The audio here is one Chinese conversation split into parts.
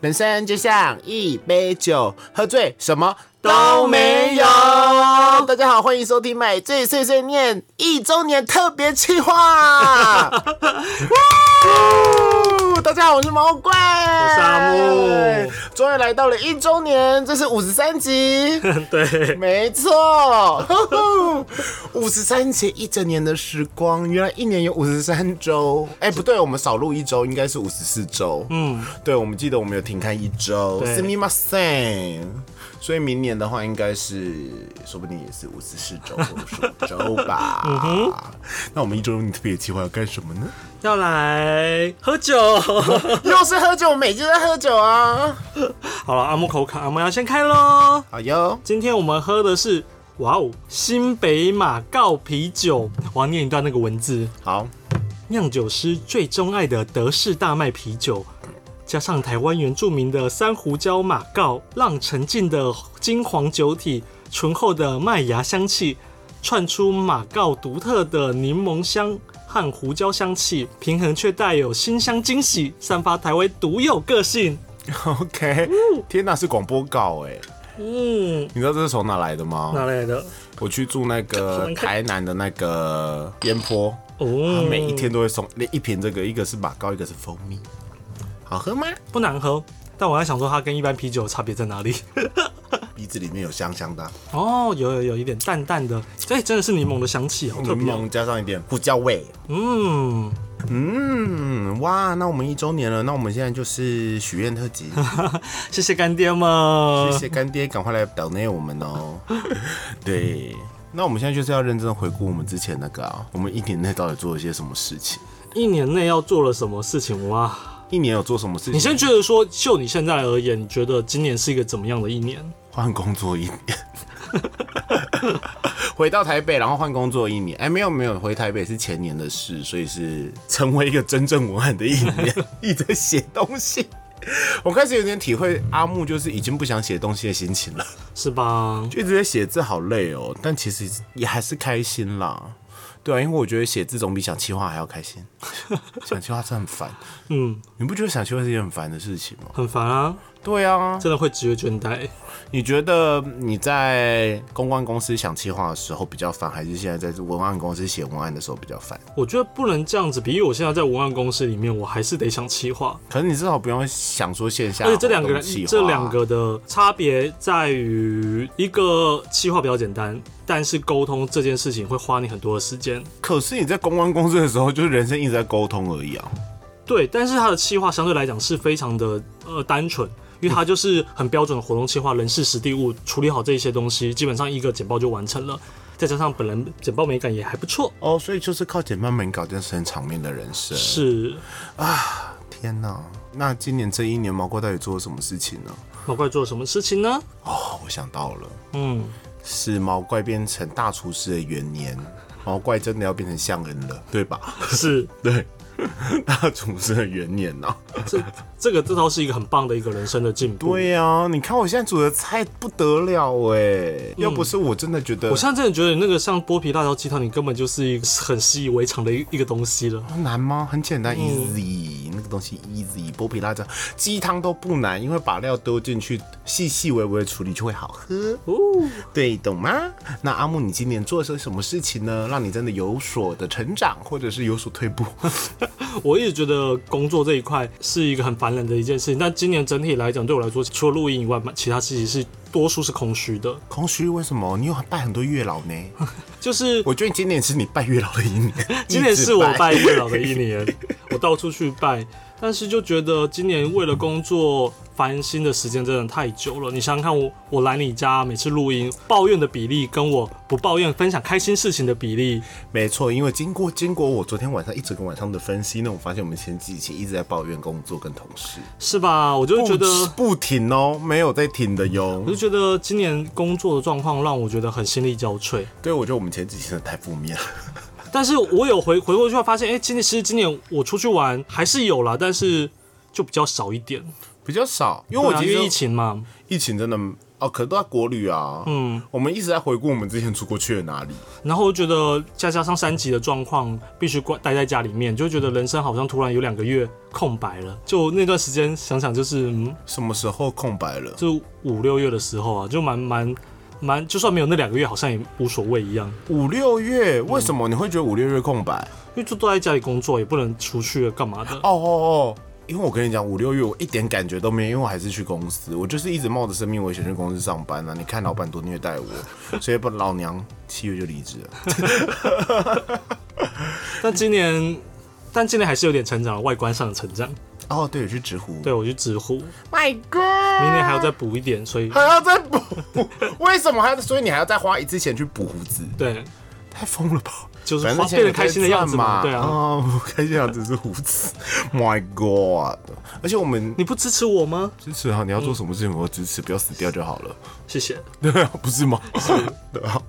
人生就像一杯酒，喝醉什么都没有大家好，欢迎收听《买醉碎碎念》一周年特别企划。呜大家好，我是毛怪，我是阿木终于来到了一周年，这是五十三集。 对，没错，五十三节一整年的时光，原来一年有五十三周。哎、不对，我们少录一周，应该是五十四周。嗯，对，我们记得我们有停刊一周。对すみません。所以明年的话，应该是说不定也是五十四周或五十五周吧。嗯那我们一周你特别计划要干什么呢？ 要来喝酒。 又是喝酒，我每天都在喝酒啊。好了，阿木口渴，阿木要先开喽。好哟，今天我们喝的是，哇哦，新北马告啤酒。我要念一段那个文字：好，酿酒师最钟爱的德式大麦啤酒，加上台湾原住民的珊瑚礁马告，让沉浸的金黄酒体、醇厚的麦芽香气，串出马告独特的柠檬香和胡椒香气，平衡却带有馨香惊喜，散发台湾独有个性。 OK。天哪，是广播稿哎、嗯，你知道这是从哪来的吗？哪来的？我去住那个看台南的那个烟坡，他哦，每一天都会送一瓶这个，一个是马膏，一个是蜂蜜，好喝吗？不难喝，但我在想说它跟一般啤酒差别在哪里？鼻子里面有香香的啊哦，有有有一点淡淡的，哎、真的是柠檬的香气，好特柠别哦。檬，嗯加上一点胡椒味。嗯，嗯，哇，那我们一周年了，那我们现在就是许愿特辑， 谢谢干爹们。谢谢干爹，赶快来岛内我们哦。 对，那我们现在就是要认真地回顾我们之前那个啊，我们一年内到底做了些什么事情，一年内要做了什么事情哇？一年有做什么事情？你先觉得说，就你现在而言，你觉得今年是一个怎么样的一年？换工作 一年，回到台北，然后换工作一年。哎，没有没有，回台北是前年的事，所以是成为一个真正文案的一 年，一直在写东西。我开始有点体会阿木就是已经不想写东西的心情了，是吧？就一直在写字，好累哦。但其实也还是开心啦，对啊，因为我觉得写字总比想企划还要 开心。想企划真的很烦，嗯，你不觉得想企划是一件很烦的事情吗？很烦啊，对啊，真的会职业倦怠。你觉得你在公关公司想企划的时候比较烦，还是现在在文案公司写文案的时候比较烦？我觉得不能这样子比，因为我现在在文案公司里面，我还是得想企划，可是你至少不用想说线下而且这两个活动企人划啊这两个的差别在于，一个企划比较简单，但是沟通这件事情会花你很多的时间。可是你在公关公司的时候，就是人生一直在沟通而已啊。对，但是它的企划相对来讲是非常的呃单纯，因为它就是很标准的活动企划，人事实地物处理好这些东西，基本上一个简报就完成了。再加上本人简报美感也还不错，哦，所以就是靠简单门搞这很场面的人生。是天哪！那今年这一年，毛怪到底做了什么事情呢？毛怪做了什么事情呢？哦，我想到了，嗯， 是毛怪变成大厨师的元 年，毛怪真的要变成匠人了，对吧？ 是对，大厨师的元年呐、啊。这这个这倒是一个很棒的一个人生的进步。对呀、你看我现在煮的菜不得了哎、要不是我真的觉得，我现在真的觉得那个像剥皮辣椒鸡汤，你根本就是一个很习以为常的一一个东西了。难吗？很简单、e a s y 那个东西 easy，剥皮辣椒鸡汤都不难，因为把料丢进去，细细微微的处理就会好喝。哦，对，懂吗？那阿木，你今年做了些什么事情呢？让你真的有所的成长，或者是有所退步？ 我一直觉得工作这一块是一个很烦人的一件事情，但今年整体来讲，对我来说，除了录音以外，其他事情是多数是空虚的。空虚为什么？你有拜很多月老呢？ 就是我觉得今年是你拜月老的一年， 今年一直是我拜月老的一年，我到处去拜，但是就觉得今年为了工作烦心的时间真的太久了。你想想看我，我来你家每次录音抱怨的比例，跟我不抱怨分享开心事情的比例， 没错，因为经过经过我昨天晚上一整个晚上的分析，那我发现我们前几期一直在抱怨工作跟同事，是吧？我就会觉得。不停哦，没有在停的哟我。就觉得今年工作的状况让我觉得很心力交瘁，对，我觉得我们前几期真的太负面 了。但是我有回回过去后发现，哎、今年其实今年我出去玩还是有啦，但是就比较少一点，比较少，因为对我啊其因为疫实情嘛，疫情真的哦，可能都在国旅啊。嗯，我们一直在回顾我们之前出国去了哪里。然后我觉得再加上三级的状况，必须关待在家里面，就觉得人生好像突然有两个月空白了。就那段时间想想，就是嗯，什么时候空白了？就五六月的时候啊，就蛮蛮蛮，就算没有那两个月，好像也无所谓一样，五六月？为什么你会觉得五六月空白？因为就都在家里工作，也不能出去了干嘛 的。哦哦哦，因为我跟你讲，五六月我一点感觉都没有，因为我还是去公司，我就是一直冒着生命危险去公司上班啊。你看老板多虐待 我，所以把老娘七月就离职了。但今年，但今年还是有点成长，外观上的成长。哦，对，去直呼。对我去直呼， ，My God，明年还要再补一点，所以还要再补，为什么还要？所以你还要再花一次钱去补胡子？对，太疯了吧！就是反正花现在变得开心的样子嘛在赚对啊哦开心的样子是胡子 ，My God！而且我们你不支持我吗？支持啊，你要做什么事情我都支持，不要死掉就好了，谢谢。 对啊，不是吗？ 对啊，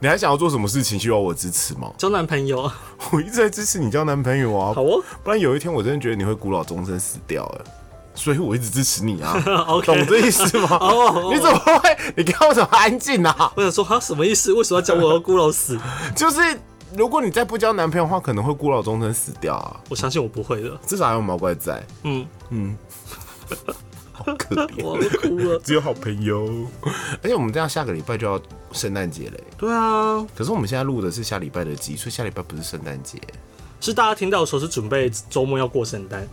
你还想要做什么事情需要我支持吗？ 交男朋友，我一直在支持你交男朋友啊，好哦，不然有一天我真的觉得你会孤老终生死掉哎、所以我一直支持你 啊 OK 懂这意思 吗？哦哦你怎么会？你看我怎么安静啊？我想说他什么意思？为什么要讲我要孤老死？ 就是如果你再不交男朋友的话，可能会孤老终生死掉啊。我相信我不会的。至少还有毛怪在，嗯，好可 怜，。我要哭了只有好朋友。而且我们这样下个礼拜就要圣诞节嘞， 对啊，可是我们现在录的是下礼拜的集，所以下礼拜不是圣诞节。是大家听到的时候是准备周末要过圣诞，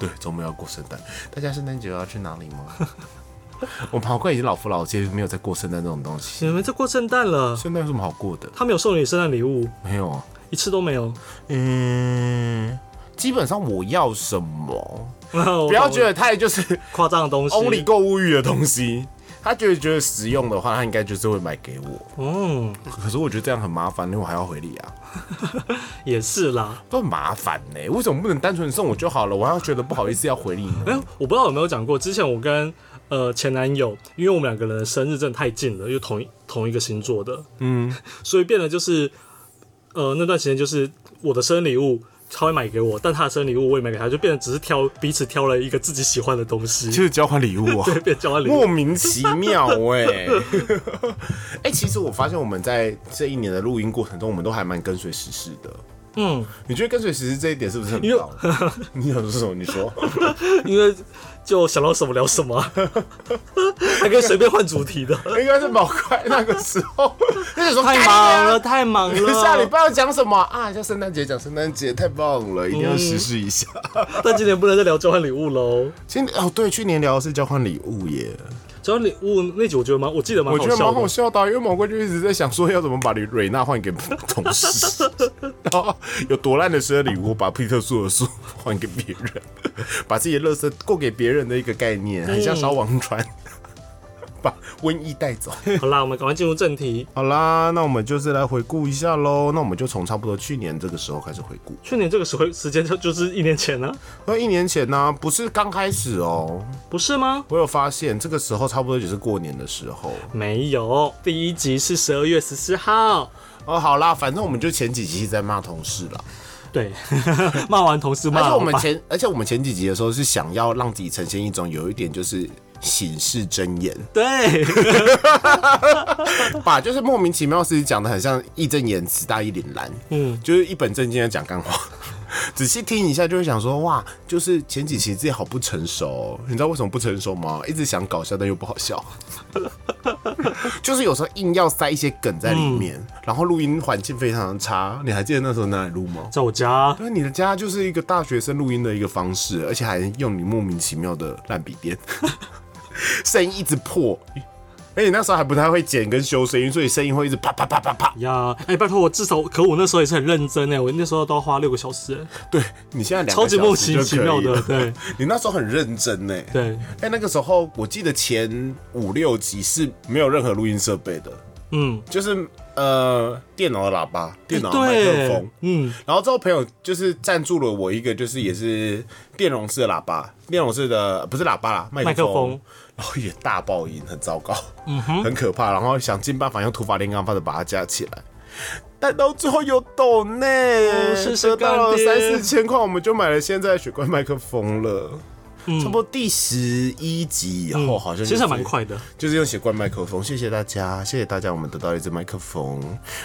对，周末要过圣诞，大家圣诞节要去哪里吗？ 我们好怪已经老夫老妻，没有在过圣诞这种东西。你们在过圣诞了，圣诞有什么好过的？他没有送你圣诞礼物，没有啊。一次都没 有。嗯，基本上我要什么，不不要觉得太 就是夸张的东西。 only 购物欲的东西。他觉得觉得实用的话，他应该就是会买给我。嗯，可是我觉得这样很麻烦，因为我还要回礼啊，也是啦。都很麻烦呢、为什么不能单纯送我就好了？我还要觉得不好意思要回礼哎、呢？我不知道有没有讲过，之前我跟呃前男友，因为我们两个人的生日真的太近了，又同一同一个星座的，嗯， 所以变得就是呃那段时间就是我的生日礼物。他会买给我，但他的生日礼物我也买给他，就变成只是挑彼此挑了一个自己喜欢的东西， 就是交换礼物啊，对， 变交换礼物莫。名其妙哎、欸 哎，其实我发现我们在这一年的录音过程中，我们都还蛮跟随时事的。嗯，你觉得跟随时事这一点是不是很为 棒？你想说什么？你说。因为就想到什么聊什么啊， 还可以随便换主题 的。哎应该是毛怪那个时候，那时候啊太忙了，。太忙干你 了。娘下礼拜要讲什么啊？叫圣诞节讲圣诞节，太棒了，一定嗯要实施一下。但今年不能再聊交换礼物喽。今哦，对，去年聊的是交换礼物耶，交换礼物那集我觉得蛮，我记得蛮我好觉得蛮笑的好。笑的啊、因为毛怪就一直在想说要怎么把瑞瑞娜换给同事， 然后有多烂的生日礼物，把皮特树的树换给别人，把自己的垃圾过给别人的一个概念，嗯很像烧王船，把瘟疫带走。好啦，我们赶快进入正题。好啦，那我们就是来回顾一下喽。那我们就从差不多去年这个时候开始回顾。去年这个时候时间就就是一年前啊，那一年前呢、不是刚开始哦，不是吗？我有发现这个时候差不多也是过年的时候。没有，第一集是十二月十四号。哦，好啦，反正我们就前几集在骂同事啦，对， 骂完同事而骂且老我们板，前，而且我们前几集的时候是想要让自己呈现一种有一点就是醒世真 言，对， 把就是莫名其妙事情讲的很像义正言辞、大义凛然，嗯，就是一本正经的讲干话。 仔细听一下就会想说，哇，就是前几期自己好不成熟哦、你知道为什么不成熟吗？一直想搞笑但又不好笑， 就是有时候硬要塞一些梗在里面，然后录音环境非常的差。你还记得那时候哪里录吗？在我家那你的家就是一个大学生录音的一个方式，而且还用你莫名其妙的烂笔电，声音一直破。而且那时候还不太会剪跟修声音，所以声音会一直啪啪啪啪啪。呀，哎、拜托我至少，可我那时候也是很认真哎，我那时候都要花六个小时哎。对你现在两个超级小时莫名就其可以妙的了对 你那时候很认真呢。对，哎、那个时候我记得前五六集是没有任何录音设备的，嗯，就是呃电脑的喇叭、电脑的麦克哎对，风。嗯，然后之后朋友就是赞助了我一个，就是也是电容式的喇叭，电容式的呃不是喇叭啦，麦克麦克风然后也大爆音，很糟糕，嗯哼，很可怕。然后想尽办法用土法炼钢法的把它加起来，但到最后有抖呢，哦试试得到了干爹三四千块，我们就买了现在的雪怪麦克风了。差不多第十一集以后，好嗯像其实还就是蛮快的。就是用血罐麦克风，谢谢大家，谢谢大家，我们得到一支麦克风。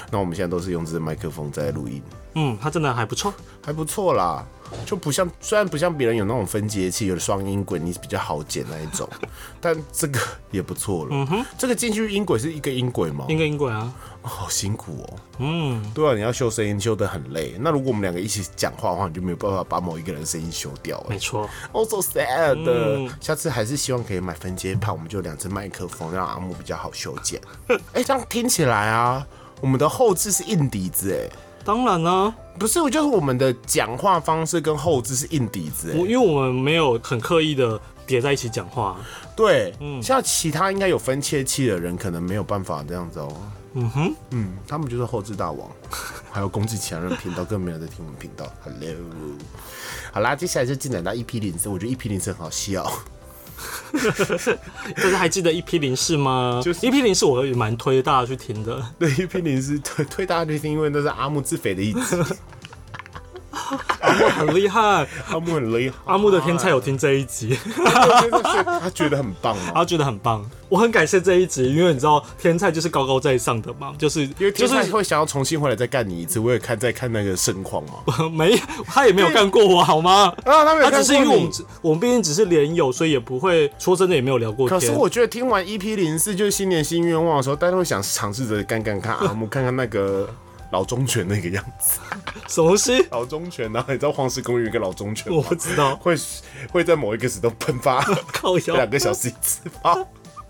那我们现在都是用这支麦克风在录音，嗯，它真的还不错。还不错啦。就不像，虽然不像别人有那种分节器，有双音轨，你比较好剪那一种， 但这个也不错了。嗯哼，这个进去音轨是一个音轨吗？应该音轨啊，哦好辛苦哦。嗯，对啊，你要修声音修得很累。那如果我们两个一起讲话的话，你就没有办法把某一个人的声音修掉了没。错，哦、so sad 嗯下次还是希望可以买分阶盘，我们就有两只麦克风，让阿木比较好修剪。 哎、这样听起来啊，我们的后置是硬底子哎，当然啊啦、不是，就是我们的讲话方式跟后置是硬底子我因哎。为我们没有很刻意的叠在一起讲话，对，嗯像其他应该有分切器的人，可能没有办法这样子哦、嗯哼，嗯，他们就是后置大王， 还有攻击其他人的频道，更没有在听我们频道。Hello，好啦，接下来就进展到 EP 零四，我觉得 EP 零四很好笑。大家还记得一 P 零四吗？就是一 P 零四，我也蛮推大家去听的。 对，EP 零四推推大家去听，因为那是阿木自肥的一集，哇，很厉害！阿木很雷，阿木的天才有听这一 集，他觉得很棒然嘛。后觉得很棒。我很感谢这一集，因为你知道天才就是高高在上的嘛，就是因为就天才是会想要重新回来再干你一次，我也看在看那个盛况嘛。 没他也没有干过我好吗？啊，他没有他看只是过因为我你们。只我们毕竟只是连友，所以也不会说真的也没有聊过天。可是我觉得听完 EP 零四就是新年新愿望的时候，大家会想尝试着干干看阿木，看看那个老忠犬那个样子。什么东西老忠犬啊，你知道黄石公园有一个老忠犬吗？ 我不知道会会在某一个时段喷发靠腰两个小时一次发。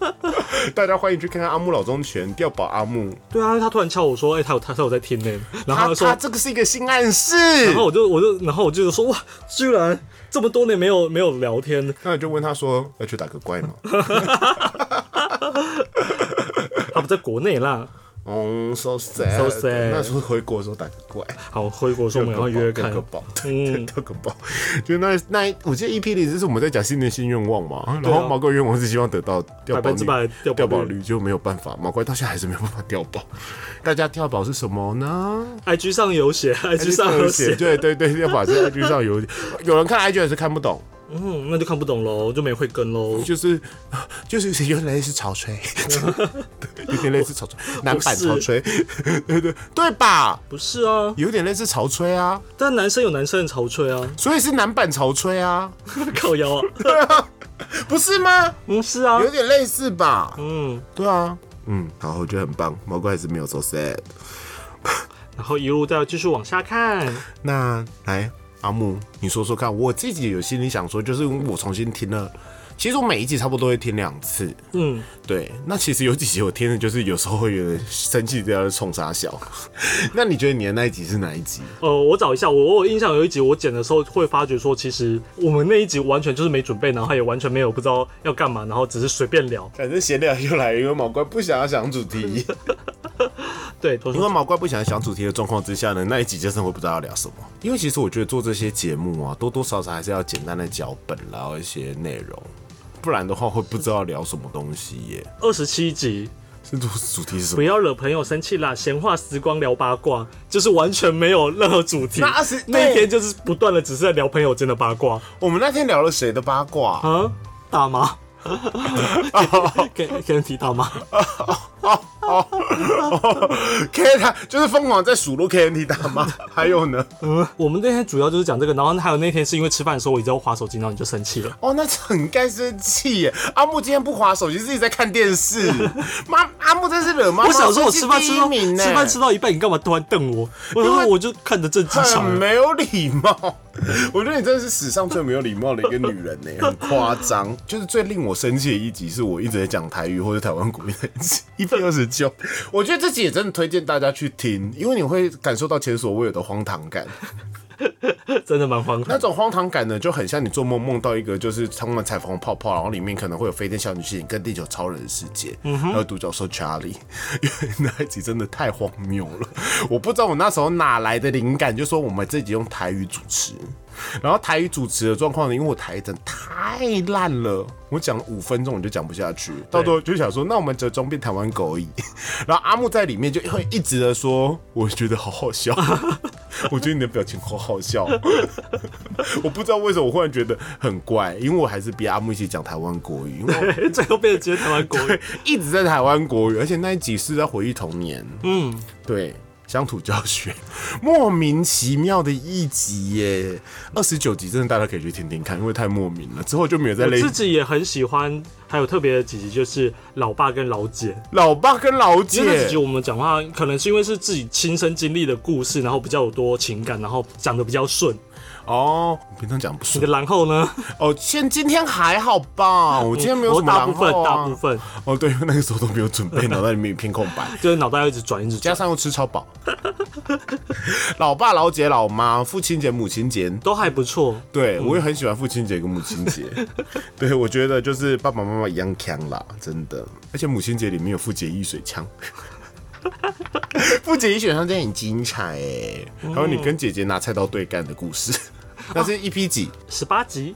大家欢迎去看看阿木老忠犬掉宝阿木，对啊，他突然敲我说：“哎、他有他他有在听呢。”然后他他就说他，这个是一个性暗示，然后我就我就然后我就说：“哇，居然这么多年没有没有聊天。那你就问他说要去打个 怪吗？”他不在国内啦。嗯、s o sad，, So sad 那时候回国的时候打个怪，好，回国说我们要约掉看个。宝，嗯 掉个宝。就那那一，我记得 EP 里就是我们在讲新年新愿望嘛，然后毛怪愿望是希望得到掉啊百宝分之百率，掉宝率掉宝率就没有办法，毛怪到现在还是没有办法掉宝。大家掉宝是什么呢？ IG 上有写，IG 上有写，对对对，掉宝是 IG 上有写， 有人看 IG 还是看不懂，嗯，那就看不懂喽，就没会跟喽。就是就是有点类似潮吹， 对有点类似潮吹，男版潮吹，对对对吧？不是啊，有点类似潮吹啊，但男生有男生的潮吹啊，所以是男版潮吹啊， 靠腰啊，不是吗？嗯，是啊有，点类似吧？嗯，对啊，嗯，好，我觉得很棒，毛怪还是没有 so sad。然后一路再继续往下看，那来阿木，你说说看，我自己有心里想说，就是我重新听了，其实我每一集差不多会听两次。嗯，对，那其实有几集我听的，就是有时候会有点生气，这样冲傻笑。 那你觉得你的那一集是哪一集？呃，我找一下，我我有印象有一集我剪的时候会发觉说，其实我们那一集完全就是没准备，然后也完全没有不知道要干嘛，然后只是随便聊。反正闲聊又来，因为毛怪不想要想主题。对，我 因为说毛怪不想想主题的状况之下呢，那一集就是会不知道要聊什么。因为其实我觉得做这些节目啊，多多少少还是要简单的脚本啦，然后一些内容，不然的话会不知道聊什么东西耶。二十七集，这主主题是什不么？要惹朋友生气啦，闲话时光聊八卦，就是完全没有任何主题。那20那一对天就是不断的只是在聊朋友间的八卦我们那天聊了谁的八 卦？ 啊，大 妈。给给人提大妈，哦 K 他就是疯狂在数落 KNT 大妈， 还有呢？我们那天主要就是讲这个，然后还有那天是因为吃饭的时候我一直在划手机，然后你就生气了。哦，那很该生气耶！阿木今天不划手机，自己在看电视。 妈，阿木真是惹妈妈我想说，我生气吃饭第吃一到名呢吃饭吃到一半，你干嘛突然瞪我？我因为说我就看着正经 很场，没有礼貌。 我觉得你真的是史上最没有礼貌的一个女人呢、很夸张。就是最令我生气的一集，是我一直在讲台语或者台湾国语的一集 EP 二十九。我觉得这集也真的推荐大家去听，因为你会感受到前所未有的荒唐感。真的蛮荒那唐。种荒唐感呢，就很像你做梦梦到一个就是充满彩虹泡泡，然后里面可能会有飞天小女警跟地球超人的世界，嗯还有独角兽查理。 因为那一集真的太荒谬了，我不知道我那时候哪来的灵感，就说我们这集用台语主持。然后台语主持的状况呢，因为我台语真的太烂了，我讲了五分钟我就讲不下去，到最后就想说，那我们折中变台 湾狗而已。然后阿木在里面就会一直的说，我觉得好好笑。 我觉得你的表情好好笑，我不知道为什么我忽然觉得很怪，因为我还是逼阿木一起讲台湾国语，因 为我最后变成直接台湾国语。一直在台湾国语，而且那一集是在回忆童年，嗯，对。乡土教学，莫名其妙的一集耶！二十九集真的大家可以去听听看，因为太莫名了。之后就没有再我类自己也很喜欢，还有特别的几集就是老爸跟老姐，老爸跟老因为那几集姐，我们讲话，可能是因为是自己亲身经历的故事，然后比较有多情感，然后讲的比较顺。哦，我平常讲不顺然后呢，哦。现今天还好吧？我今天没有我什么、大然部分后啊大部分哦，对，那个时候都没有准备，脑袋里面一片空白。就是脑袋要一直转一直转，加上又吃超饱， 老爸、老姐、老妈，父亲节、母亲节，都还不错。对我也很喜欢父亲节跟母亲节。对，我觉得就是爸爸妈妈一样强啦，真的。而且母亲节里面有父节一水枪，父节一水枪真的很精彩哎。还有你跟姐姐拿菜刀对干的故事，那是一 P 几十八集，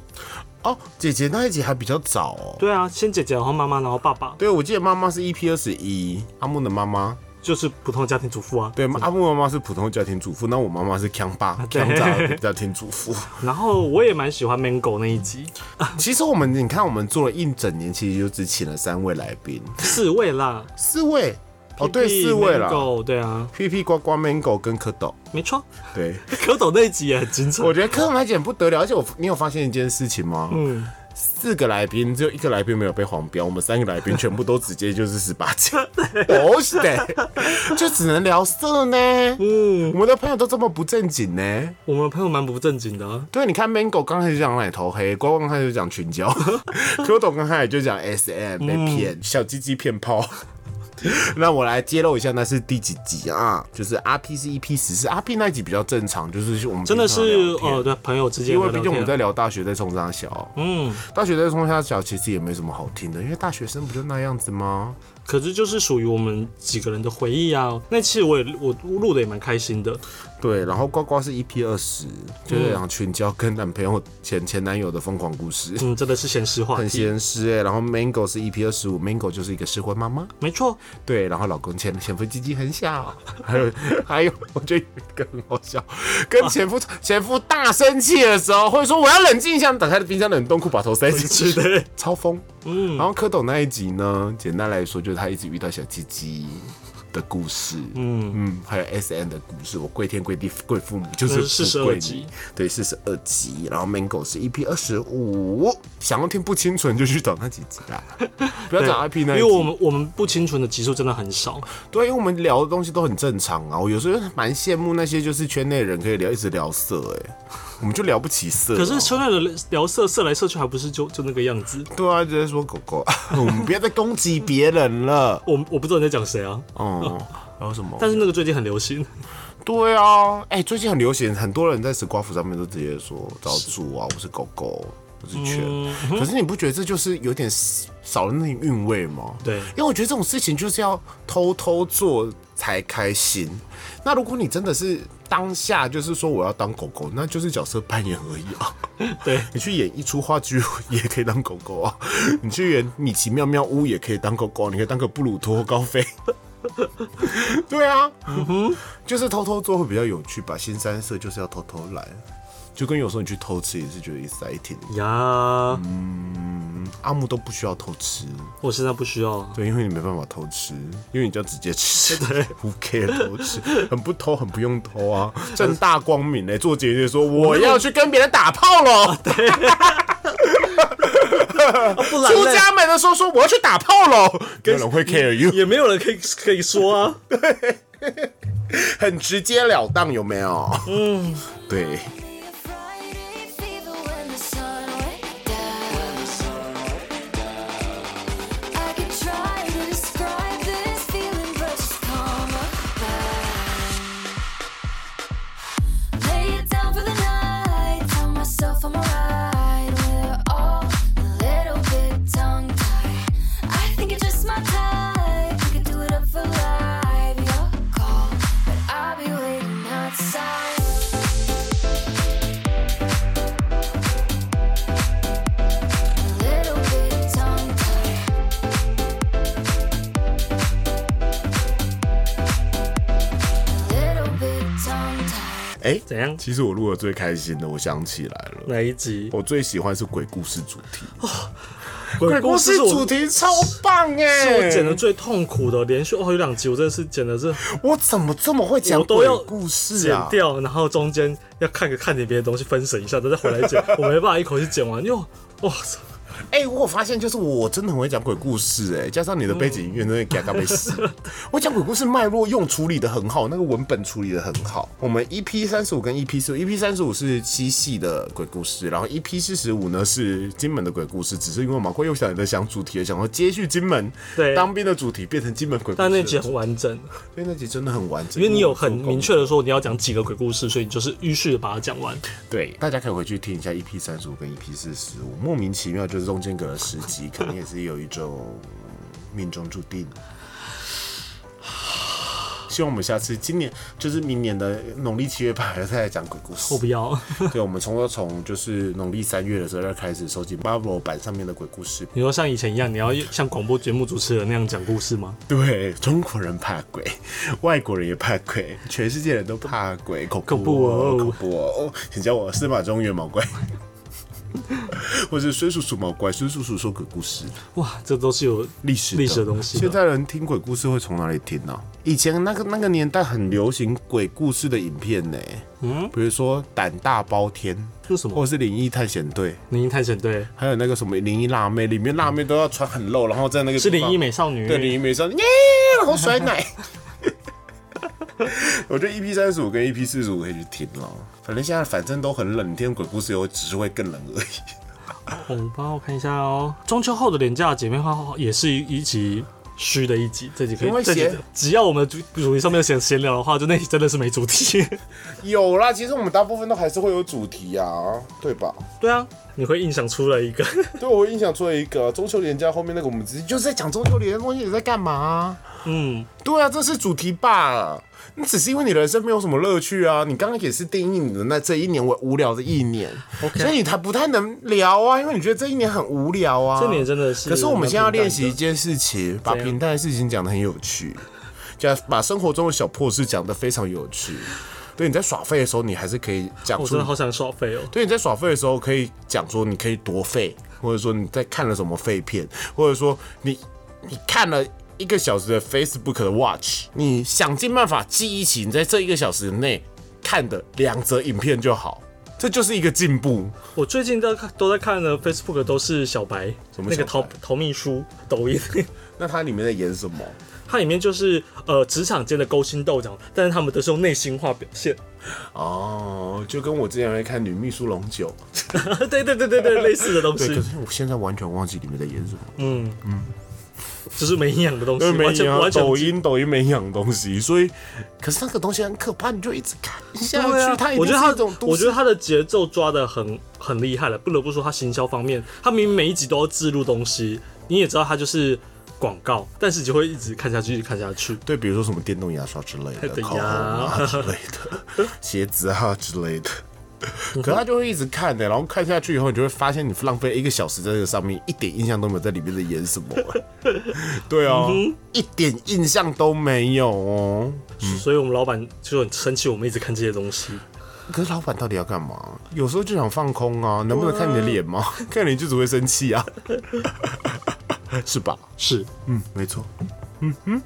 哦？姐姐那一集还比较早哦。对啊，先姐姐，然后妈妈，然后爸爸，对，我记得妈妈是 EP 二十一，阿木的妈妈。就是普通的家庭主妇啊。对，阿木妈妈是普通家庭主妇，那我妈妈是强爸啊对强炸的家庭主妇。 然后我也蛮喜欢 Mango 那一集，其实我们，你看，我们做了一整年，其实就只请了三位来宾，四位啦，四位哦，对， Phoebe，四位啦。 Mango，对啊，屁屁呱呱 mango 跟蝌蚪，没错。对， 蝌蚪那一集也很精彩，我觉得蝌蚪那姐不得了，而且我你有发现一件事情吗？嗯，四个来宾只有一个来宾没有被黄标，我们三个来宾全部都直接就是十八 禁，哦是的，就只能聊色呢。嗯，我们的朋友都这么不正经呢。我们朋友蛮不正经的啊、对，你看 Mango 刚开始讲奶头黑，光光开始讲群交 q 董刚开始就讲 SM 嗯被骗，小鸡鸡骗炮。 那我来揭露一下，那是第几集啊？就是 RP 是 EP 十四，RP 那一集比较正常，就是我们真的平常是聊天呃，对朋友之间因为的毕聊竟我们天，在聊大学，在冲上小，嗯，大学在冲上小其实也没什么好听的，因为大学生不就那样子吗？可是就是属于我们几个人的回忆啊。那期我也我录的也蛮开心的，对，然后呱呱是 EP 二十，就是讲群交跟男朋友前前男友的疯狂故事。嗯，真的是闲时话很题，闲湿哎，然后 Mango 是 EP 二十五，Mango 就是一个适婚妈妈，没错，对，然后老公前前夫鸡鸡很小， 还有还有，我觉得有一个很好笑，跟前夫前夫大生气的时候，会说我要冷静一下，打开冰箱冷冻库把头塞进去， 对，超疯。嗯，然后蝌蚪那一集呢，简单来说就是他一直遇到小鸡鸡。的故事，嗯嗯，还有 S N 的故事，我跪天跪地跪父母，就是嗯42不跪集你，对，四十二集，然后 Mango 是 EP 二十五，想要听不清纯就去找那几集 啦，不要对找 IP 那因一集，为我们我们不清纯的集数真的很少，对，因为我们聊的东西都很正常啊。我有时候蛮羡慕那些就是圈内人可以聊一直聊色、哎，我们就聊不起色、啊可是。秋奈的聊色色来色去还不是就就那个样子。对啊，一 直在说狗狗，我们不要再攻击别人了。我我不知道你在讲谁啊，哦、还有什么？但是那个最近很流行，对啊，哎、最近很流行，很多人在吃瓜服上面都直接说找主啊，我是狗狗，我是犬。嗯可是你不觉得这就是有点少了那种韵味吗？对因为我觉得这种事情就是要偷偷做才开心。那如果你真的是当下就是说我要当狗狗，那就是角色扮演而已啊。 对，你去演一出话剧也可以当狗狗 啊，你去演米奇妙妙屋也可以当狗狗，啊你可以当个布鲁托高飞。 对啊，就是偷偷做会比较有趣吧。新三色就是要偷偷来，就跟有时候你去偷吃也是觉得 exciting。呀，阿木都不需要偷吃，我现在不需要，对，因为你没办法偷吃，因为你就要直接吃， 对，who care 偷吃，很不偷，很不用偷啊，正大光明嘞、欸做姐姐说 我要去跟别人打炮 了，不出嘞家门的时候说我要去打炮了， 没有人会 care you，也没有人可以可以说啊， 很直截了当，有没有？嗯，对。 Friday fever when the sun went down. I could try to describe this feeling, but just calm down. Lay it down for the night. Tell myself I'm alright. We're all a little bit tongue tied. I think you're just my type. We could do it up for life. Your call, but I'll be waiting outside. 哎、怎样？其实我录的最开心的，我想起来了，哪一集？我最喜欢是鬼故事主题，鬼故事是我主题超棒哎、是我剪的最痛苦的，连续哦有两集我真的是剪的是我怎么这么会讲我都鬼要故事剪啊？掉，然后中间要看个看点别的东西分神一下，再回来剪，我没办法一口气剪完，因为我哇塞，哎、我有发现就是我真的很会讲鬼故事哎、加上你的背景音乐真的嘎嘎 被死。我讲鬼故事脉络用处理的很好，那个文本处理的很好。我们 EP 三十五跟 EP 四，EP 三十五是七系的鬼故事，然后 EP 四十五呢是金门的鬼故事，只是因为我们会又想在想主题，想要接续金门对当兵的主题，变成金门鬼故事。但那集很完整，所以那集真的很完整，因为你有很明确的说你要讲几个鬼故事，所以你就是依序的把它讲完。对，大家可以回去听一下 EP 三十五跟 EP 四十五，莫名其妙就是中间隔了十集，可能也是有一种命中注定。希望我们下次今年就是明年的农历七月半，还要再来讲鬼故我事不。要，对，我们从头从就是农历三月的时候再开始收集 Marvel 版上面的鬼故事。 你说像以前一样，你要像广播节目主持人那样讲故事吗？对，中国人怕鬼，外国人也怕鬼，全世界人都怕 鬼，恐恐怖怖哦哦，恐怖哦！请叫我司马中原毛怪， 或是孙叔叔毛怪，孙叔叔说鬼故事，哇，这都是有历史历史的东西现在人听鬼故事会从哪里听呢、啊以前那个那个年代很流行鬼故事的影片呢、嗯，比如说《胆大包天》，是什么或者是《灵异探险队》，灵异探险队还有那个什么《灵异辣妹》，里面辣妹都要穿很露，然后在那个是地灵方异美少女，对，林一梅说耶，然后甩奶。 我觉得 EP 三十五跟 EP 四十五可以去听了，反正现在反正都很冷，听鬼故事有只是会更冷而已。红包我看一下哦。中秋后的廉价姐妹花也是一集虚的一集，这集可因为以。这集闲只要我们主主题上面闲闲聊的话，就那集真的是没主题。 有啦，其实我们大部分都还是会有主题啊，对吧？对啊，你会硬想出来一个。 对，我印象出了一个中秋连假后面那个，我们直接就是在讲中秋连假东西你在干嘛啊、嗯，对啊，这是主题吧？你只是因为你人生没有什么乐趣啊！你刚刚也是定义你的那这一年为无聊的一年 OK 所以你才不太能聊啊，因为你觉得这一年很无聊啊。这年真的是可是我们现在要练习一蛮平件事情，把怎样平淡的事情讲得很有趣，讲把生活中的小破事讲得非常有趣。对，你在耍废的时候，你还是可以 讲我出真的好想耍废哦。对，你在耍废的时候可以讲说你可以多废，或者说你在看了什么废片，或者说你你看了一个小时的 Facebook 的 Watch，你想尽办法记忆起你在这一个小时内看的两则影片就好，这就是一个进步。我最近都看都在看的 Facebook 都是小白，什么那个小淘白淘秘书抖音。那它里面在演什么？它里面就是呃职场间的勾心斗角，但是他们都是用内心话表现。 哦，就跟我之前在看《女秘书龙九》，对对对对对，类似的东对，可西，是我现在完全忘记里面在演什么。就是没营养的东西，因完为没营全养，啊完全抖音抖音没营养的东西，所以可是那个东西很可怕，你就一直看下去。对啊它一我定觉得是他一种，都我觉市得他的节奏抓的很很厉害了，不得不说他行销方面，他明明每一集都要置入东西，你也知道他就是广告，但是你就会一直看下去，一直看下去。对，比如说什么电动牙刷之类的，对口红啊呀之类的， 鞋子啊之类的。可他就会一直看的、然后看下去以后，你就会发现你浪费一个小时在这个上面，一点印象都没有在里面的演什么、对啊，一点印象都没有哦。所以我们老板就很生气，我们一直看这些东西。可是老板到底要干嘛？有时候就想放空啊，能不能看你的脸吗？ 看脸就只会生气啊，是吧？是，嗯，没错。嗯哼，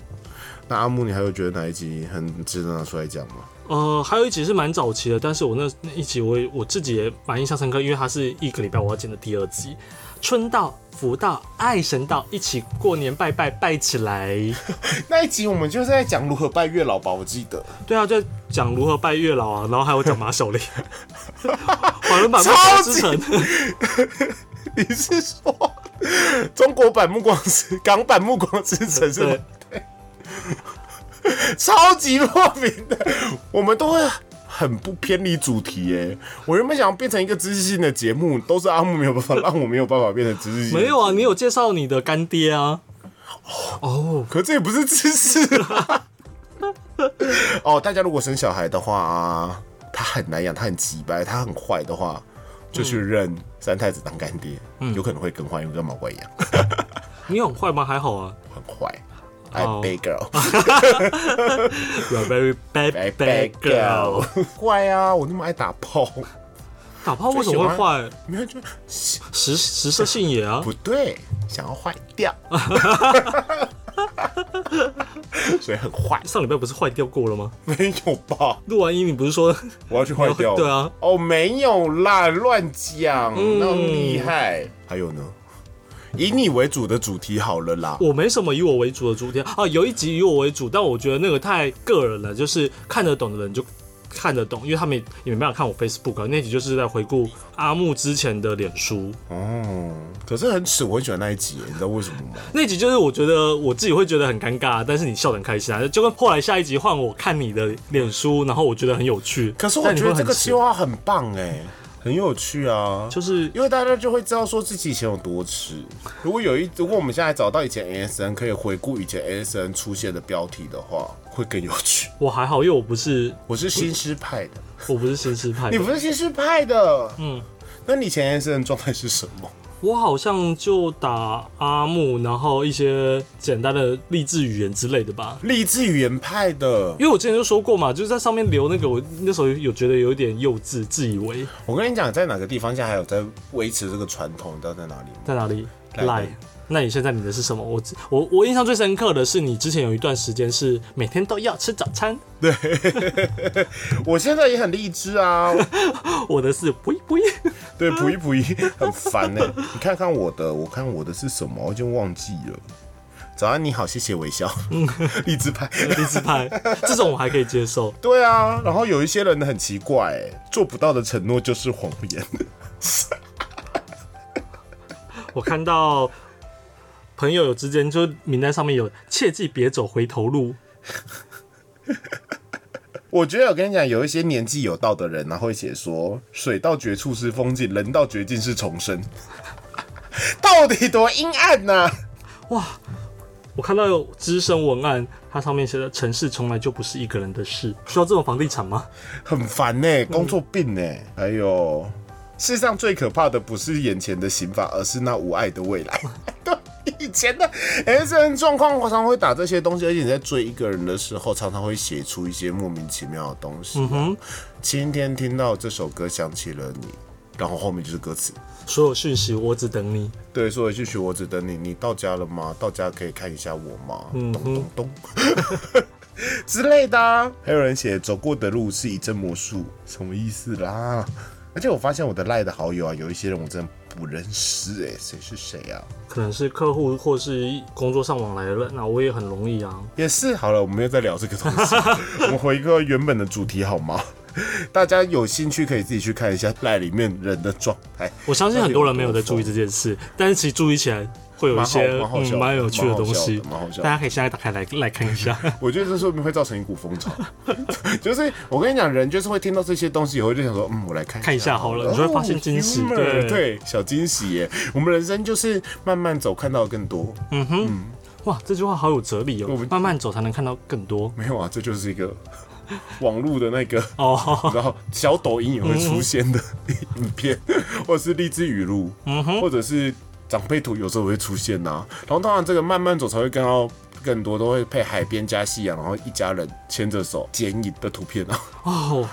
那阿木，你还有觉得哪一集很值得拿出来讲吗？呃，还有一集是蛮早期的，但是我那那一集我也我自己也蛮印象深刻，因为它是一个礼拜我要剪的第二集。春到、福到、爱神到，一起过年拜拜拜起 来。那一集我们就是在讲如何拜月老吧，我记得对啊，就讲如何拜月老啊，然后还有讲马小玲，网络版《暮超光级之城》你是说中国版《暮光之港版《暮光之城》是吗对？对， 超级莫名的，我们都会很不偏离主题耶。我原本想要变成一个知识性的节目，都是阿木没有办法让我没有办法变成知识性。没 有，啊，你有介绍你的干爹啊？哦，可这也不是知识啊。 哦，大家如果生小孩的话，他很难养，他很急掰，他很坏的话，就去认三太子当干嗯爹，有可能会更坏，因为跟毛怪一样你很坏吗？还好啊。很坏。 I'm big girl， You're very bad I'm bad girl。坏啊！我那么爱打炮，打炮为什么会坏？没有就食食色性也啊不，对，想要坏 掉，所以很坏，上礼拜不是坏掉过了吗？没有吧？录完音你不是说我要去坏 掉，对啊，。哦，没有啦，乱讲，那么厉害。还有呢，以你为主的主题好了啦我没什么以我为主的主题啊？有一集以我为主，但我觉得那个太个人了，就是看得懂的人就看得懂，因为他们也也没办法看我 Facebook 啊。那集就是在回顾阿木之前的脸书，哦，可是很耻，我很喜欢那一集耶，你知道为 什么吗？那集就是我觉得我自己会觉得很尴尬，但是你笑得很开心啊。就跟后来下一集换我看你的脸书，然后我觉得很有趣。可是我但你觉会得很这个奇计划很棒哎，很有趣啊，就是因为大家就会知道说自己以前有多吃。如果有一，如果我们现在找到以前 ASN 可以回顾以前 ASN 出现的标题的话，会更有趣。我还好，因为我不是我是新诗派的，我不是新诗派的，你不是新诗派的，嗯，那你以前 ASN 的状态是什么？我好像就打阿木，然后一些简单的励志语言之类的吧。励志语言派的，因为我之前就说过嘛，就是在上面留那个，我那时候有觉得有点幼稚，自以为我跟你讲，在哪个地方现在还有在维持这个传统，你知道在哪里 吗？在哪里？赖赖。那你现在你的是什么？我只我我印象最深刻的是，你之前有一段时间是每天都要吃早餐，我现在也很励志啊，我的是不 不，对，补一补一，很烦呢、你看看我的，我看我的是什么，我已经忘记了。早安，你好，谢谢微笑，励志派。励志派，这种我还可以接受。对啊，然后有一些人很奇怪、欸，做不到的承诺就是谎言。我看到朋友有之间，就名单上面有切记别走回头路，我觉得我跟你讲，有一些年纪有道的人啊，会写说“水到绝处是风景，人到绝境是重生”，到底多阴暗啊呐、我看到有资深文案，它上面写的“城市从来就不是一个人的事”，需要这种房地产吗？很烦呢、工作病呢、还有，世上最可怕的不是眼前的刑罚，而是那无爱的未来。 对，以前的 S N 状况常常会打这些东西，而且你在追一个人的时候，常常会写出一些莫名其妙的东西。嗯，今天听到这首歌，想起了你，然后后面就是歌词。所有讯息我只等你。对，说一句“许我只等你”，你到家了吗？到家可以看一下我吗？咚咚咚之类的啊、还有人写“走过的路是一阵魔术”，什么意思啦？而且我发现我的赖的好友啊，有一些人我真的不认识、欸，哎，谁是谁啊？可能是客户或是工作上往来了，那我也很容易啊。也是，好了，我们又在聊这个东西， 我们回归原本的主题好吗？ 大家有兴趣可以自己去看一下赖里面人的状态。我相信很多人没有在注意这件事，但是其实注意起来会有一些蛮好蛮好笑的嗯蛮有趣的东西蛮好笑的蛮好笑，的大家可以现在打开来来看一下。我觉得这说不定会造成一股风潮， 就是我跟你讲，人就是会听到这些东西以后就想说，嗯，我来看看一下好了你就会发现惊喜哦，humor，对对，小惊喜耶！我们人生就是慢慢走，看到更多。哇，这句话好有哲理 我哦们，慢慢走才能看到更多没有啊，这就是一个网络的那个， 哦。然后小抖音也会出现的影片， 或者是励志语录，嗯或者是长辈图，有时候会出现呐、然后当然这个慢慢走才会看到。更多都会配海边加夕阳，然后一家人牵着手剪影的图片啊， 哦，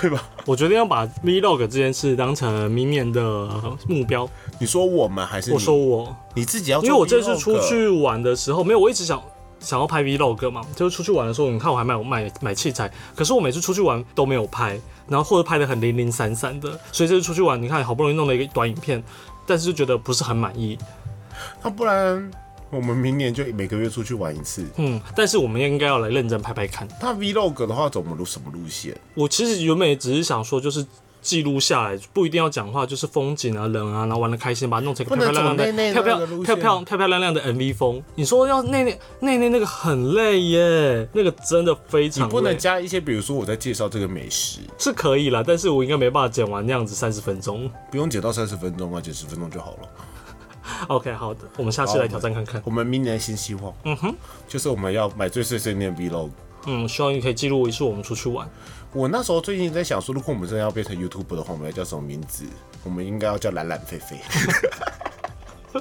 对吧？我决定要把 vlog 这件事当成明年的目标。你说我们还是你我说我，你自己要哦做因为我这次出 vlog 去玩的时候，没有，我一直想想要拍 vlog 嘛，就是出去玩的时候，你看我还买买买器材，可是我每次出去玩都没有拍，然后或者拍的很零零散散的，所以这次出去玩，你看好不容易弄了一个短影片，但是就觉得不是很满意，那不然我们明年就每个月出去玩一次。嗯，但是我们应该要来认真拍拍看。那 vlog 的话，走我们路什么路线？我其实原本也只是想说，就是。记录下来，不一定要讲话，就是风景啊、人啊，然后玩的开心，把它弄成一个不漂漂亮能走亮内的、内漂漂那个路漂线漂漂漂亮亮的 MV 风。你说要内内内内那个很累耶，那个真的非你常累。不能加一些，比如说我在介绍这个美食，是可以啦，但是我应该没办法剪完那样子三十分钟。不用剪到三十分钟啊，剪十分钟就好了。 OK，好的，我们下次来挑战看看。我们明年新希望，嗯哼，就是我们要买最碎碎念 vlog。嗯，希望你可以记录一次我们出去玩。我那时候最近在想说，如果我们真的要变成 YouTube 的话，我们要叫什么名字？我们应该要叫懒懒狒狒。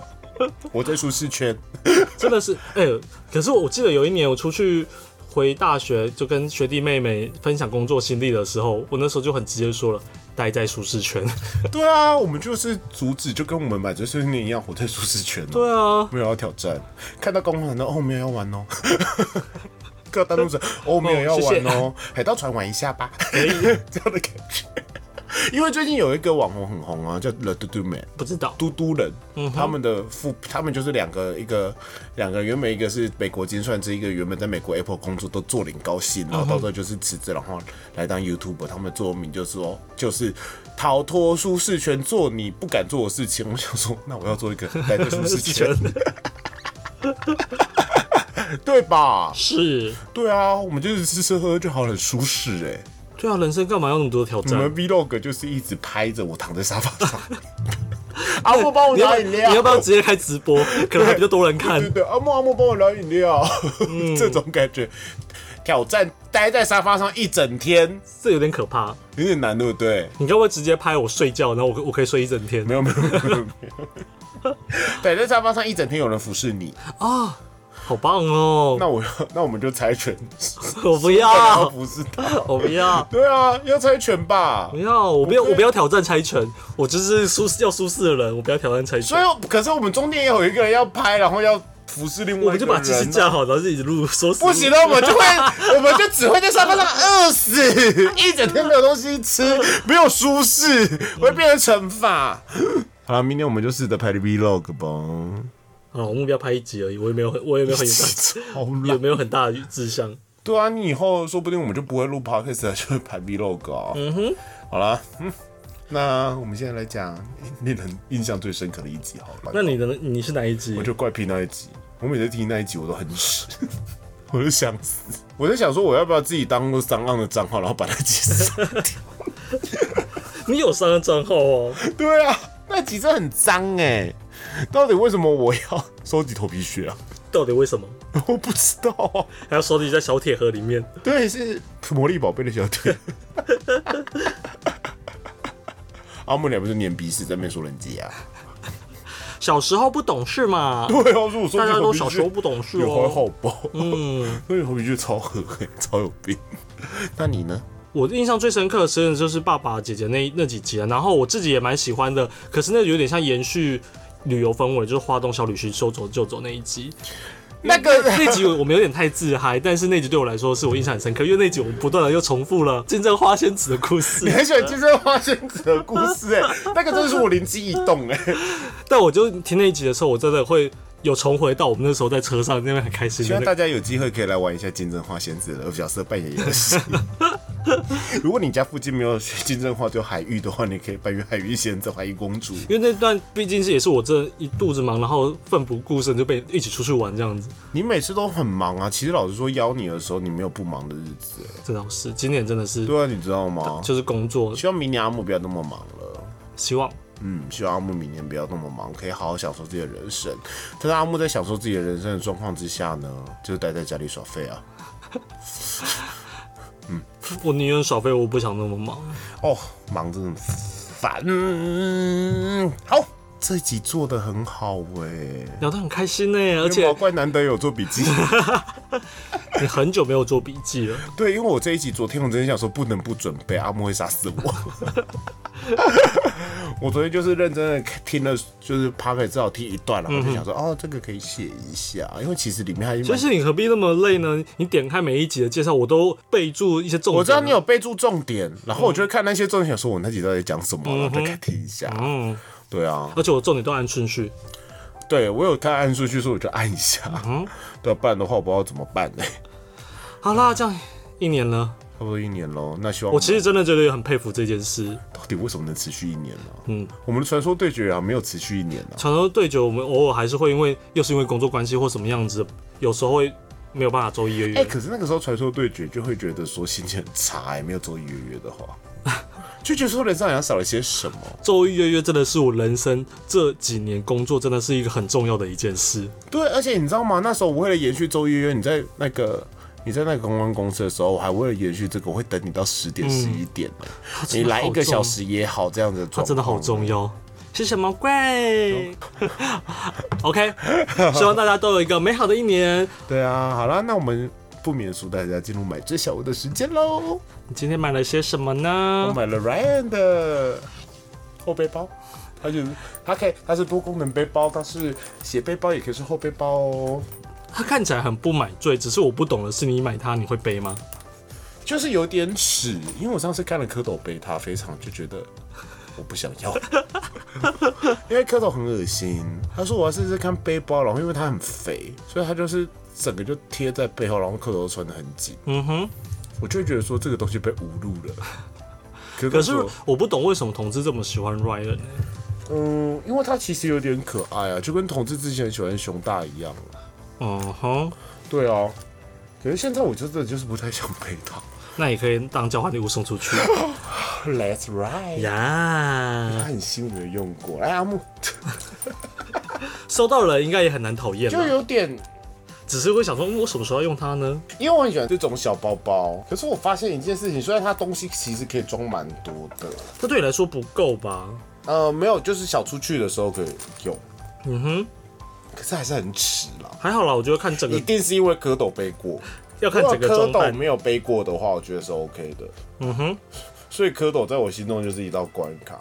我在舒适圈。真的是，哎、可是我记得有一年我出去回大学，就跟学弟妹妹分享工作心历的时候，我那时候就很直接说了，待在舒适圈。对啊，我们就是阻止，就跟我们买醉碎念一样，活在舒适圈、啊。对啊，没有要挑战，看到公园的哦，没有要玩哦。 看到大陆者哦，没有要玩哦，海盗船玩一下吧， 这样的感觉。因为最近有一个网红很红啊，叫 The d o d o Man，不知道。嘟嘟人，嗯他们的副，他们就是两个，一个两个原本一个是美国精算师，一个原本在美国 Apple 工作，都做领高薪，嗯然后到最后就是辞职，然后来当 YouTuber。他们座右铭就是说，就是逃脱舒适圈，做你不敢做的事情。我 想说，那我要做一个待在舒 适圈，对吧？是，对啊，我们就是吃吃喝喝就好，很舒适哎、对啊，人生干嘛要那么多挑我战们？Vlog 就是一直拍着我躺在沙发 上，阿莫帮我你要拿不饮料，你要不要直接开直 播？可能还比较多人看对。对，啊阿莫阿莫帮我拿饮料，嗯 这种感觉，挑战待在沙发上一整天这有点可怕。有点难，对不对？你该不会直接拍我睡觉，然后我可我可以睡一整天？没有没有没有没有，待在沙发上一整天有人服侍你，啊，好棒哦！那我要那我们就猜拳， 我不要要，服侍他，我不要，对啊，要猜拳吧不。要，我不要，我我不要不要挑战猜拳，我就是舒适要舒适的人，我不要挑战猜拳所。以，可是我们中间也有一个人要拍，然后要服侍另外我一个人们啊，就把机器架好，然啊后自己录，说不行了，我们就会，我们就只会在沙发上饿死，一整天没有东西吃，没有舒适，会变成惩罚。好了，明天我们就试着拍 vlog 吧。啊，我目标拍一集而已，我也没有很，我也没有很大，好也懒。没有很大的志向。 对啊，你以后说不定我们就不会录 podcast，了就会拍 vlog 啊。嗯哼，好了，嗯，那我们现在来讲令人印象最深刻的一集好了。那你的呢你是哪一集我？就怪癖那一集，我每次听那一集我都很屎， 我就想死。我在想说，我要不要自己当个上岸的账号，然后把那集 删你有三个账号哦，对啊，那集真的很脏哎、到底为什么我要收集头皮屑啊？ 到底为什么？我不知道、啊。还要收集在小铁盒里面？对，是魔力宝贝的小腿。 阿木俩不是粘鼻屎在那边说人家、啊？小时候不懂事嘛， 对啊，说我收集头皮屑大家都小时候不懂事有还好哦。吧？ 嗯，所以头皮屑超恶、欸，超有病。那你呢？我印象最深刻的真的就是爸爸姐姐那那几集啊，然后我自己也蛮喜欢的，可是那有点像延续旅游氛围，就是花东小旅行说走就走那一集。那个 那集我们有点太自嗨，但是那集对我来说是我印象很深刻，因为那集我们不断的又重复了金针花仙子的故 你事，很喜欢金针花仙子的故事哎、那个真的是我灵机一动哎、但我就听那一集的时候，我真的会有重回到我们那时候在车上那边很开心希的望那个。大家有机会可以来玩一下金针花仙子的角色扮演游戏。如果你家附近没有金针花，就海芋的话，你可以扮演海芋仙子、海芋公主。因为那段毕竟是也是我这一肚子忙，然后奋不顾身就被一起出去玩这样子，你每次都很忙啊，其实老实说，邀你的时候，你没有不忙的日子、欸这倒是今年真的是对啊，你知道吗？就是工作，希望明年阿木不要那么忙了。希望嗯，希望阿木明年不要那么忙，可以好好享受自己的人生。但是阿木在享受自己的人生的状况之下呢，就是待在家里耍废啊。我宁愿耍废，我不想那么忙。哦，忙真的很烦。嗯好，这一集做的很好哎、聊得很开心呢、而因为毛且怪难得有做笔记， 你很久没有做笔记了，对，因为我这一集昨天我真的想说不能不准备，阿莫会杀死我。 我昨天就是认真的听了，就是趴开至少听一段了，我就想说、哦，这个可以写一下，因为其实里面还有其蛮实你何必那么累呢？你点开每一集的介绍，我都备注一些重点。我知道你有备注重点，然后我就会看那些重点，想说哦我那集到底讲什么，然后再听一下。嗯，对啊，而且我重点都按顺序，对我有看按顺序，所以我就按一下。嗯对啊，不然的话我不知道怎么办呢、好啦，这样一年了，差不多一年喽，那希望我其实真的觉得很佩服这件事。到底为什么能持续一年呢、嗯，我们的传说对决啊，没有持续一年啊。传说对决，我们偶尔还是会因为又是因为工作关系或什么样子，有时候会没有办法周一月哎、月。可是那个时候传说对决就会觉得说心情很差、欸，没有周一月月的话，就觉得说人生好像少了些什么。周一月月真的是我人生这几年工作真的是一个很重要的一件事。对，而且你知道吗？那时候我为了延续周一月月，你在那个。你在那个公关公司的时候，我还为了延续这个，我会等你到十点、十一点、欸嗯啊真你的来好一个小重时也好，这样子的它状真的好况重要。是什么 贵？OK，希望大家都有一个美好的一年。对啊，好啦，那我们不免俗，大家进入买最小物的时间喽。你今天买了些什么我呢？买了 Ryan 的后背包，它就是它可以，它是多功能背包，它是斜背包，也可以是后背包哦。它看起来很不买醉，只是我不懂的是，你买它你会背吗？就是有点屎，因为我上次看了蝌蚪背它，非常就觉得我不想要，因为蝌蚪很恶心。他说我要试试看背包，然后因为它很肥，所以它就是整个就贴在背后，然后蝌蚪都穿的很紧。嗯哼。我就会觉得说这个东西被侮辱 了。可可是我我不懂为什么同志这么喜欢 Ryan，欸嗯，因为它其实有点可爱啊，就跟同志之前喜欢熊大一样。嗯哼，对啊，可是现在我真的就是不太想背它。那也可以当交换礼物送出 去 Let's ride，它呀。很新，没有用过。哎，阿木收到了应该也很难讨厌就吧，有点只是会想说，嗯我什么时候要用它呢？因为我很喜欢这种小包包，可是我发现一件事情，虽然它东西其实可以装蛮多的，这对你来说不够吧？呃，没有，就是小出去的时候可以用，嗯哼，可是还是很迟啦。还好啦，我觉得看整个一定是因为蝌蚪背过，要看如果整个蝌装蚪扮。没有背过的话，我觉得是 OK 的。嗯哼， 所以蝌蚪在我心中就是一道关卡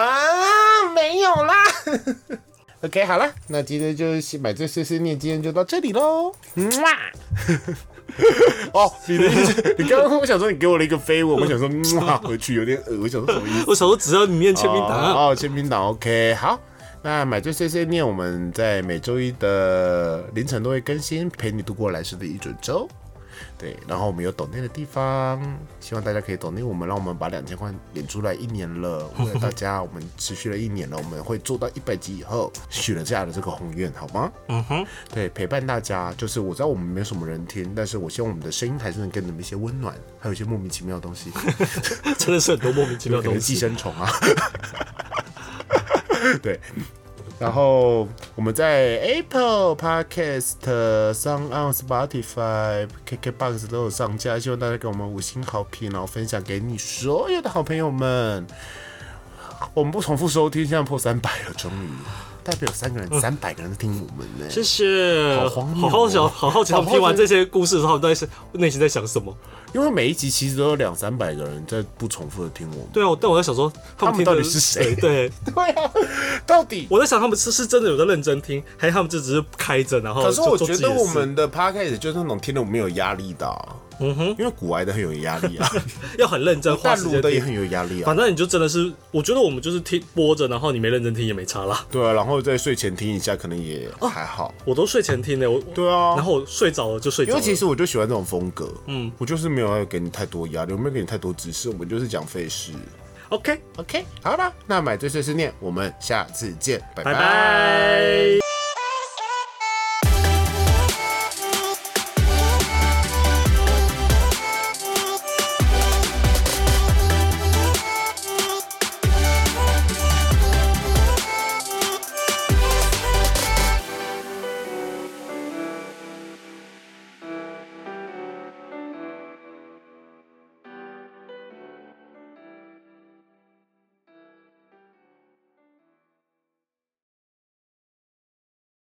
啊，没有啦。OK，好了，那今天就是买醉碎碎念，今天就到这里喽。哇！ 哦，你的意思？你刚刚我想说，你给我了一个飞吻，我想说，哇，回去有点恶，我想说什么意思？我想说只要你念签名档啊案，哦，签名档 OK，好。那买醉碎碎念，我们在每周一的凌晨都会更新，陪你度过来世的一整周。对，然后我们有抖内的地方，希望大家可以抖内我们，让我们把两千块演出来一年了。为了大家，我们持续了一年了，我们会做到一百集以后，许了这样的这个宏愿，好吗？嗯哼，对，陪伴大家，就是我知道我们没什么人听，但是我希望我们的声音还是能给你们一些温暖，还有一些莫名其妙的东西。真的是很多莫名其妙有的可能东寄西。生虫啊。 对，然后我们在 Apple Podcast、上 on Spotify、KKBox 都有上架，希望大家给我们五星好评，然后分享给你所有的好朋友们。我们不重复收听，现在破三百了，终于代表有三个人、三百个人在听我们呢、谢谢，好荒谬哦好好想，好好奇他们听完这些故事之后，他们到底是内心在想什么？因为每一集其实都有两三百个人在不重复的听我们。对啊，但我在想说，他他们听到底的是谁对，对啊， 到底我在想他们是是真的有在认真听，还是他们就只是开着，然后可是我哦就做觉自己得的我事们的 podcast 就是那种听得我们有压力的啊、嗯哼因为古玩的很有压力 啊，要很认真花但时录间的也听。很有压力啊反。正你就真的是，我觉得我们就是听播着，然后你没认真听也没差啦。对啊，然后在睡前听一下，可能也还好。我都睡前听的，我对啊然后我睡着了就睡着因了。为其实我就喜欢这种风格，嗯嗯，我就是没有要给你太多压力，我没有给你太多知识，我们就是讲费事。 OK， OK，好啦，那买醉碎碎念，我们下次见，拜拜拜拜。